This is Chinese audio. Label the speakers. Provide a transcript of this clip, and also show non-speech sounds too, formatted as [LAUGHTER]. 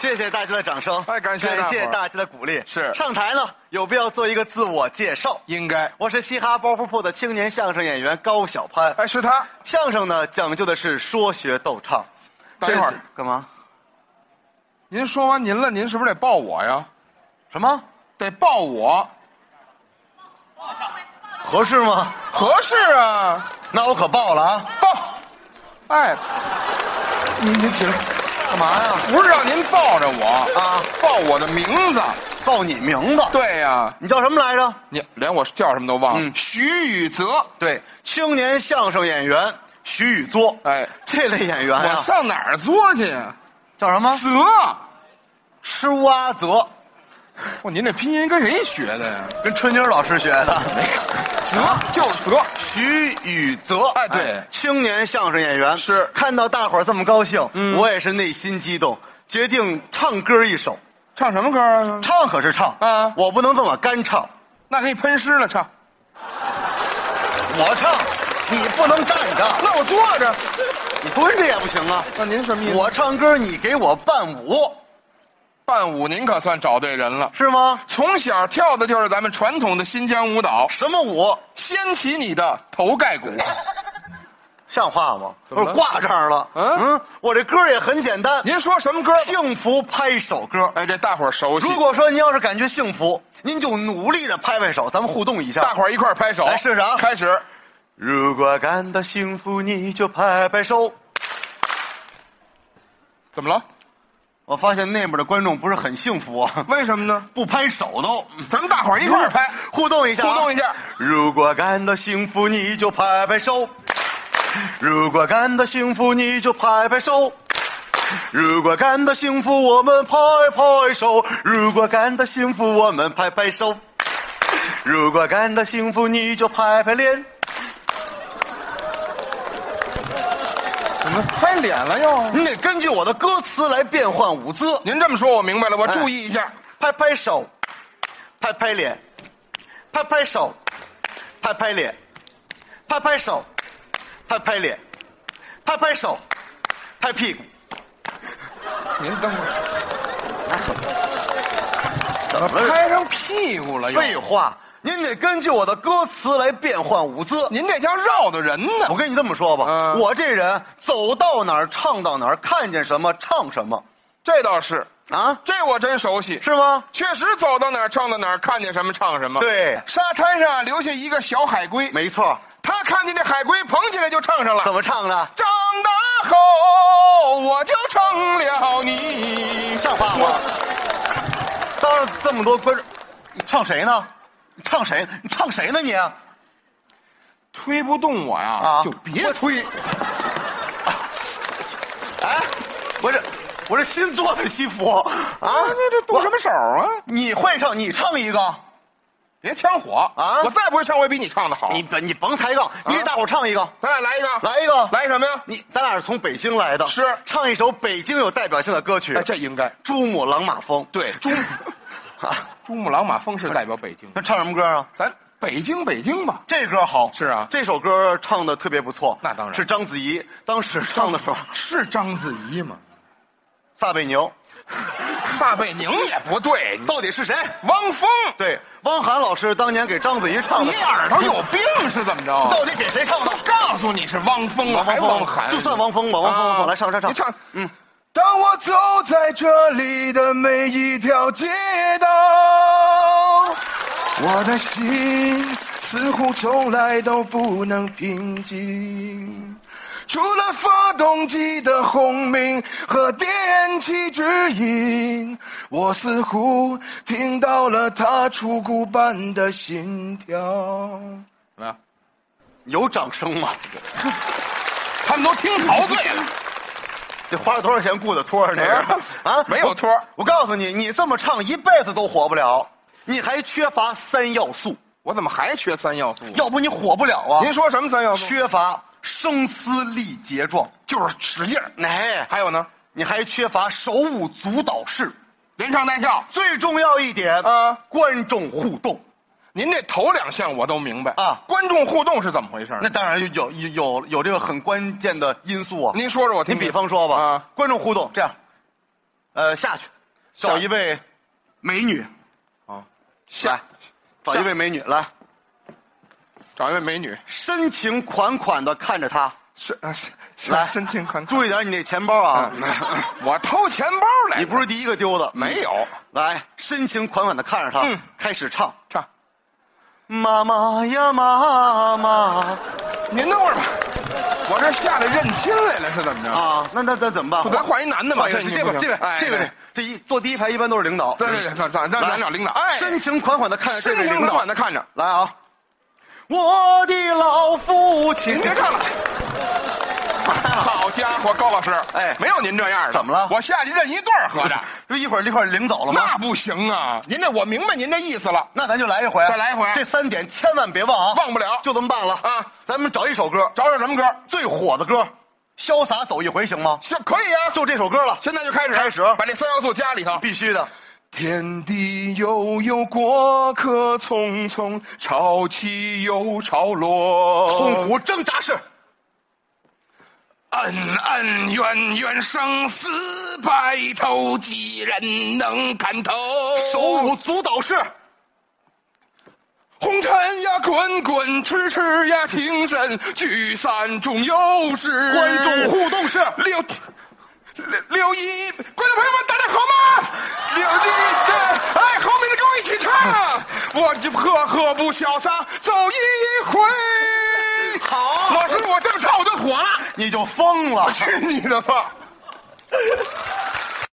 Speaker 1: 谢谢大家的掌声，
Speaker 2: 哎感谢大伙儿
Speaker 1: 感谢大家的鼓励。
Speaker 2: 是
Speaker 1: 上台呢，有必要做一个自我介绍。
Speaker 2: 应该。
Speaker 1: 我是嘻哈包袱铺的青年相声演员高晓攀。
Speaker 2: 哎，是他，
Speaker 1: 相声呢，讲究的是说学逗唱。
Speaker 2: 等一会儿
Speaker 1: 这次干嘛？
Speaker 2: 您说完您了，您是不是得抱我呀？
Speaker 1: 什么？
Speaker 2: 得抱我，
Speaker 1: 合适吗？
Speaker 2: 合适啊，
Speaker 1: 那我可爆了啊！
Speaker 2: 抱。哎，您您起来，
Speaker 1: 干嘛呀？
Speaker 2: 不是让您抱着我
Speaker 1: 啊，
Speaker 2: 报我的名字。
Speaker 1: 报你名字。
Speaker 2: 对呀、
Speaker 1: 你叫什么来着？
Speaker 2: 你连我叫什么都忘了。
Speaker 1: 嗯
Speaker 2: 徐宇泽，
Speaker 1: 对，青年相声演员徐宇作。
Speaker 2: 哎，
Speaker 1: 这类演员
Speaker 2: 我
Speaker 1: 啊，
Speaker 2: 上哪儿作去呀？
Speaker 1: 叫什么？
Speaker 2: 泽，
Speaker 1: 施蛙泽，
Speaker 2: 哇，您这拼音跟谁学的呀？
Speaker 1: 跟春妮儿老师学的。
Speaker 2: 泽就是泽，
Speaker 1: 徐宇泽，
Speaker 2: 哎对
Speaker 1: 青年相声演员
Speaker 2: 是
Speaker 1: 看到大伙儿这么高兴，
Speaker 2: 嗯
Speaker 1: 我也是内心激动，决定唱歌一首。
Speaker 2: 唱什么歌啊？
Speaker 1: 唱可是唱
Speaker 2: 啊
Speaker 1: 我不能这么干唱，
Speaker 2: 那给你喷湿了唱。
Speaker 1: 我唱，你不能站着，
Speaker 2: 那我坐着。
Speaker 1: 你蹲着也不行啊。
Speaker 2: 那您什么意思？
Speaker 1: 我唱歌，你给我伴舞，
Speaker 2: 伴舞，您可算找对人了。
Speaker 1: 是吗？
Speaker 2: 从小跳的就是咱们传统的新疆舞蹈，
Speaker 1: 什么舞？
Speaker 2: 掀起你的头盖 [LAUGHS] 骨。
Speaker 1: 像话吗？
Speaker 2: 怎
Speaker 1: 不
Speaker 2: 么
Speaker 1: 是
Speaker 2: 了
Speaker 1: 挂这儿了。
Speaker 2: 嗯
Speaker 1: 嗯，我这歌也很简单，
Speaker 2: 您说什么歌吧？ [LAUGHS]
Speaker 1: 幸福拍手歌。
Speaker 2: 哎，这大伙儿熟悉。
Speaker 1: 如果说您要是感觉幸福，您就努力的拍拍手，咱们互动一下。
Speaker 2: 大伙儿一块儿拍手，
Speaker 1: 来试试啊
Speaker 2: 开始，
Speaker 1: 如果感到幸福，你就拍拍手。
Speaker 2: 怎么了？
Speaker 1: 我发现那边的观众不是很幸福啊， [LAUGHS]
Speaker 2: 为什么呢？
Speaker 1: 不拍手都。
Speaker 2: 咱们大伙儿一块儿拍，
Speaker 1: 互动一下、
Speaker 2: 互动一
Speaker 1: 下。
Speaker 2: 下。
Speaker 1: 如果感到幸福，你就拍拍手。如果感到幸福，你就拍拍手。如果感到幸福，我们拍拍手。如果感到幸福，我们拍拍手。如果感到幸福，你就拍拍脸。
Speaker 2: 怎么拍脸了又？
Speaker 1: 你得根据我的歌词来变换舞姿。
Speaker 2: 您这么说，我明白了，我注意一下。
Speaker 1: 拍拍手，拍拍脸，拍拍手，拍拍脸，拍拍手，拍拍脸，拍拍手，拍屁股。
Speaker 2: 您等会儿，
Speaker 1: 怎么
Speaker 2: 拍上屁股了又？
Speaker 1: 哎废话，您得根据我的歌词来变换舞姿。
Speaker 2: 您这叫绕的人呢
Speaker 1: 我。跟你这么说吧，
Speaker 2: 嗯
Speaker 1: 我这人走到哪儿唱到哪儿，看见什么唱什么
Speaker 2: 这倒是，
Speaker 1: 啊，
Speaker 2: 这我真熟悉。
Speaker 1: 是吗？
Speaker 2: 确实走到哪儿唱到哪儿，看见什么唱什么。，
Speaker 1: 对，
Speaker 2: 沙滩上留下一个小海龟，
Speaker 1: 没错。
Speaker 2: 他看见这海龟捧起来就唱上了。
Speaker 1: 怎么唱的？
Speaker 2: 长大后我就成了你。
Speaker 1: 像话吗？当着这么多观众，你唱谁呢？你唱谁？你唱谁呢你？
Speaker 2: 推不动我呀，
Speaker 1: 啊
Speaker 2: 就别推。
Speaker 1: 哎，我这我这新做的西服啊！
Speaker 2: 那这动什么手啊？
Speaker 1: 你会唱，你唱一个，
Speaker 2: 别呛火
Speaker 1: 啊
Speaker 2: 我再不会唱，我也比你唱的好。
Speaker 1: 你甭你甭抬杠，你给大伙唱一个，
Speaker 2: 咱俩来一个，
Speaker 1: 来一个，
Speaker 2: 来什么呀？
Speaker 1: 你咱俩是从北京来的，
Speaker 2: 是
Speaker 1: 唱一首北京有代表性的歌曲
Speaker 2: 哎，这应该
Speaker 1: 《珠穆朗玛峰》。
Speaker 2: 对。 [LAUGHS] 珠
Speaker 1: 啊，
Speaker 2: 珠穆朗玛峰是代表北京，
Speaker 1: 那唱什么歌啊？
Speaker 2: 咱北京北京吧。
Speaker 1: 这歌好，
Speaker 2: 是啊
Speaker 1: 这首歌唱的特别不错，
Speaker 2: 那当然
Speaker 1: 是章子怡当时唱的时候，
Speaker 2: 是章子怡吗？
Speaker 1: 撒贝宁
Speaker 2: 撒贝宁也不对，你
Speaker 1: 到底是谁？
Speaker 2: 汪
Speaker 1: [LAUGHS]
Speaker 2: 峰，
Speaker 1: 对，汪涵老师当年给章子怡唱的哎
Speaker 2: 你，耳朵有病是怎
Speaker 1: [LAUGHS]
Speaker 2: 么着？啊
Speaker 1: 到底给谁唱的？哎
Speaker 2: 告诉你是汪峰啊，还汪涵，
Speaker 1: 就算汪峰吧，汪峰，汪
Speaker 2: 啊
Speaker 1: 峰来唱唱唱，
Speaker 2: 你唱，
Speaker 1: 嗯，
Speaker 2: 当我走在这里的每一条街道，我的心似乎从来都不能平静。除了发动机的轰鸣和电气指引，我似乎听到了它出骨般的心跳。怎么样？
Speaker 1: 有掌声吗？
Speaker 2: 他们都听陶醉了。
Speaker 1: 这花了多少钱雇的托儿？这是啊，
Speaker 2: 哎没有托儿
Speaker 1: 我。我告诉你，你这么唱一辈子都火不了，你还缺乏三要素，
Speaker 2: 我怎么还缺三要素？
Speaker 1: 要不你火不了啊。
Speaker 2: 您说什么三要素？
Speaker 1: 缺乏声嘶力竭状，
Speaker 2: 就是使劲儿。
Speaker 1: 哎，
Speaker 2: 还有呢，
Speaker 1: 你还缺乏手舞足蹈式。
Speaker 2: 连唱带跳。
Speaker 1: 最重要一点，
Speaker 2: 啊
Speaker 1: 观众互动。
Speaker 2: 您这头两项我都明白
Speaker 1: 啊
Speaker 2: 观众互动是怎么回事呢？
Speaker 1: 那当然有有有有这个很关键的因素啊。
Speaker 2: 您说说我听
Speaker 1: 您
Speaker 2: 听。
Speaker 1: 比方说吧，
Speaker 2: 啊，
Speaker 1: 观众互动这样，呃，下去，找一位美女，
Speaker 2: 啊，
Speaker 1: 来，找一位美女来，
Speaker 2: 找一位美女，
Speaker 1: 深情款款的看着她，
Speaker 2: 深啊深
Speaker 1: 来，
Speaker 2: 深深情款嗯款。
Speaker 1: 注意点你那钱包啊，
Speaker 2: [LAUGHS] 我偷钱包来了，
Speaker 1: 你不是第一个丢的，
Speaker 2: 没有
Speaker 1: 来，深情款款的看着她，
Speaker 2: 嗯
Speaker 1: 开始唱，
Speaker 2: 唱？
Speaker 1: 妈妈呀妈妈
Speaker 2: 您等会儿吧，我这下来认亲来了是怎么着？
Speaker 1: 啊，那那那怎么办？
Speaker 2: 咱换一男的吧，
Speaker 1: 这
Speaker 2: 这
Speaker 1: 这边这边
Speaker 2: 哎
Speaker 1: 这个这这一坐第一排一般都是领导，嗯
Speaker 2: 对对对，咱咱让
Speaker 1: 来
Speaker 2: 咱俩领导，哎，
Speaker 1: 深情款款的看着这
Speaker 2: 深
Speaker 1: 位
Speaker 2: 情
Speaker 1: 领
Speaker 2: 款
Speaker 1: 导
Speaker 2: 款，的看着，
Speaker 1: 来啊！我的老父亲
Speaker 2: 您，别唱了。 [LAUGHS] 好家伙，高老师，
Speaker 1: 哎
Speaker 2: 没有您这样的。
Speaker 1: 怎么了
Speaker 2: 我下去认一对儿，合着
Speaker 1: 就一会儿这块领走了吗？
Speaker 2: 那不行啊！您这我明白您这意思了，
Speaker 1: 那咱就来一回，啊
Speaker 2: 再来一回啊
Speaker 1: 这三点千万别忘啊，
Speaker 2: 忘不了
Speaker 1: 就这么办了
Speaker 2: 啊！
Speaker 1: 咱们找一首歌，
Speaker 2: 找找什么歌？
Speaker 1: 最火的歌，《潇洒走一回》行吗？
Speaker 2: 行，可以啊，
Speaker 1: 就这首歌了，
Speaker 2: 现在就开始，
Speaker 1: 开始
Speaker 2: 把这三要素加里头。
Speaker 1: 必须的。
Speaker 2: 天地悠悠，过客匆匆，潮起又潮落。
Speaker 1: 痛苦挣扎是
Speaker 2: 哦恩恩怨怨，生死白头，几人能看透？
Speaker 1: 手舞足蹈是
Speaker 2: 红尘呀，滚滚；痴痴呀，情深。聚散终有时。
Speaker 1: 观众互动是
Speaker 2: 六六六一，观众朋友们，大家好吗？六一的，哎，后面的跟我一起唱，我就赫赫不潇洒走一回。
Speaker 1: 好
Speaker 2: [LAUGHS] 老师，我这么唱我就火了，
Speaker 1: 你就疯了。
Speaker 2: 去你的吧！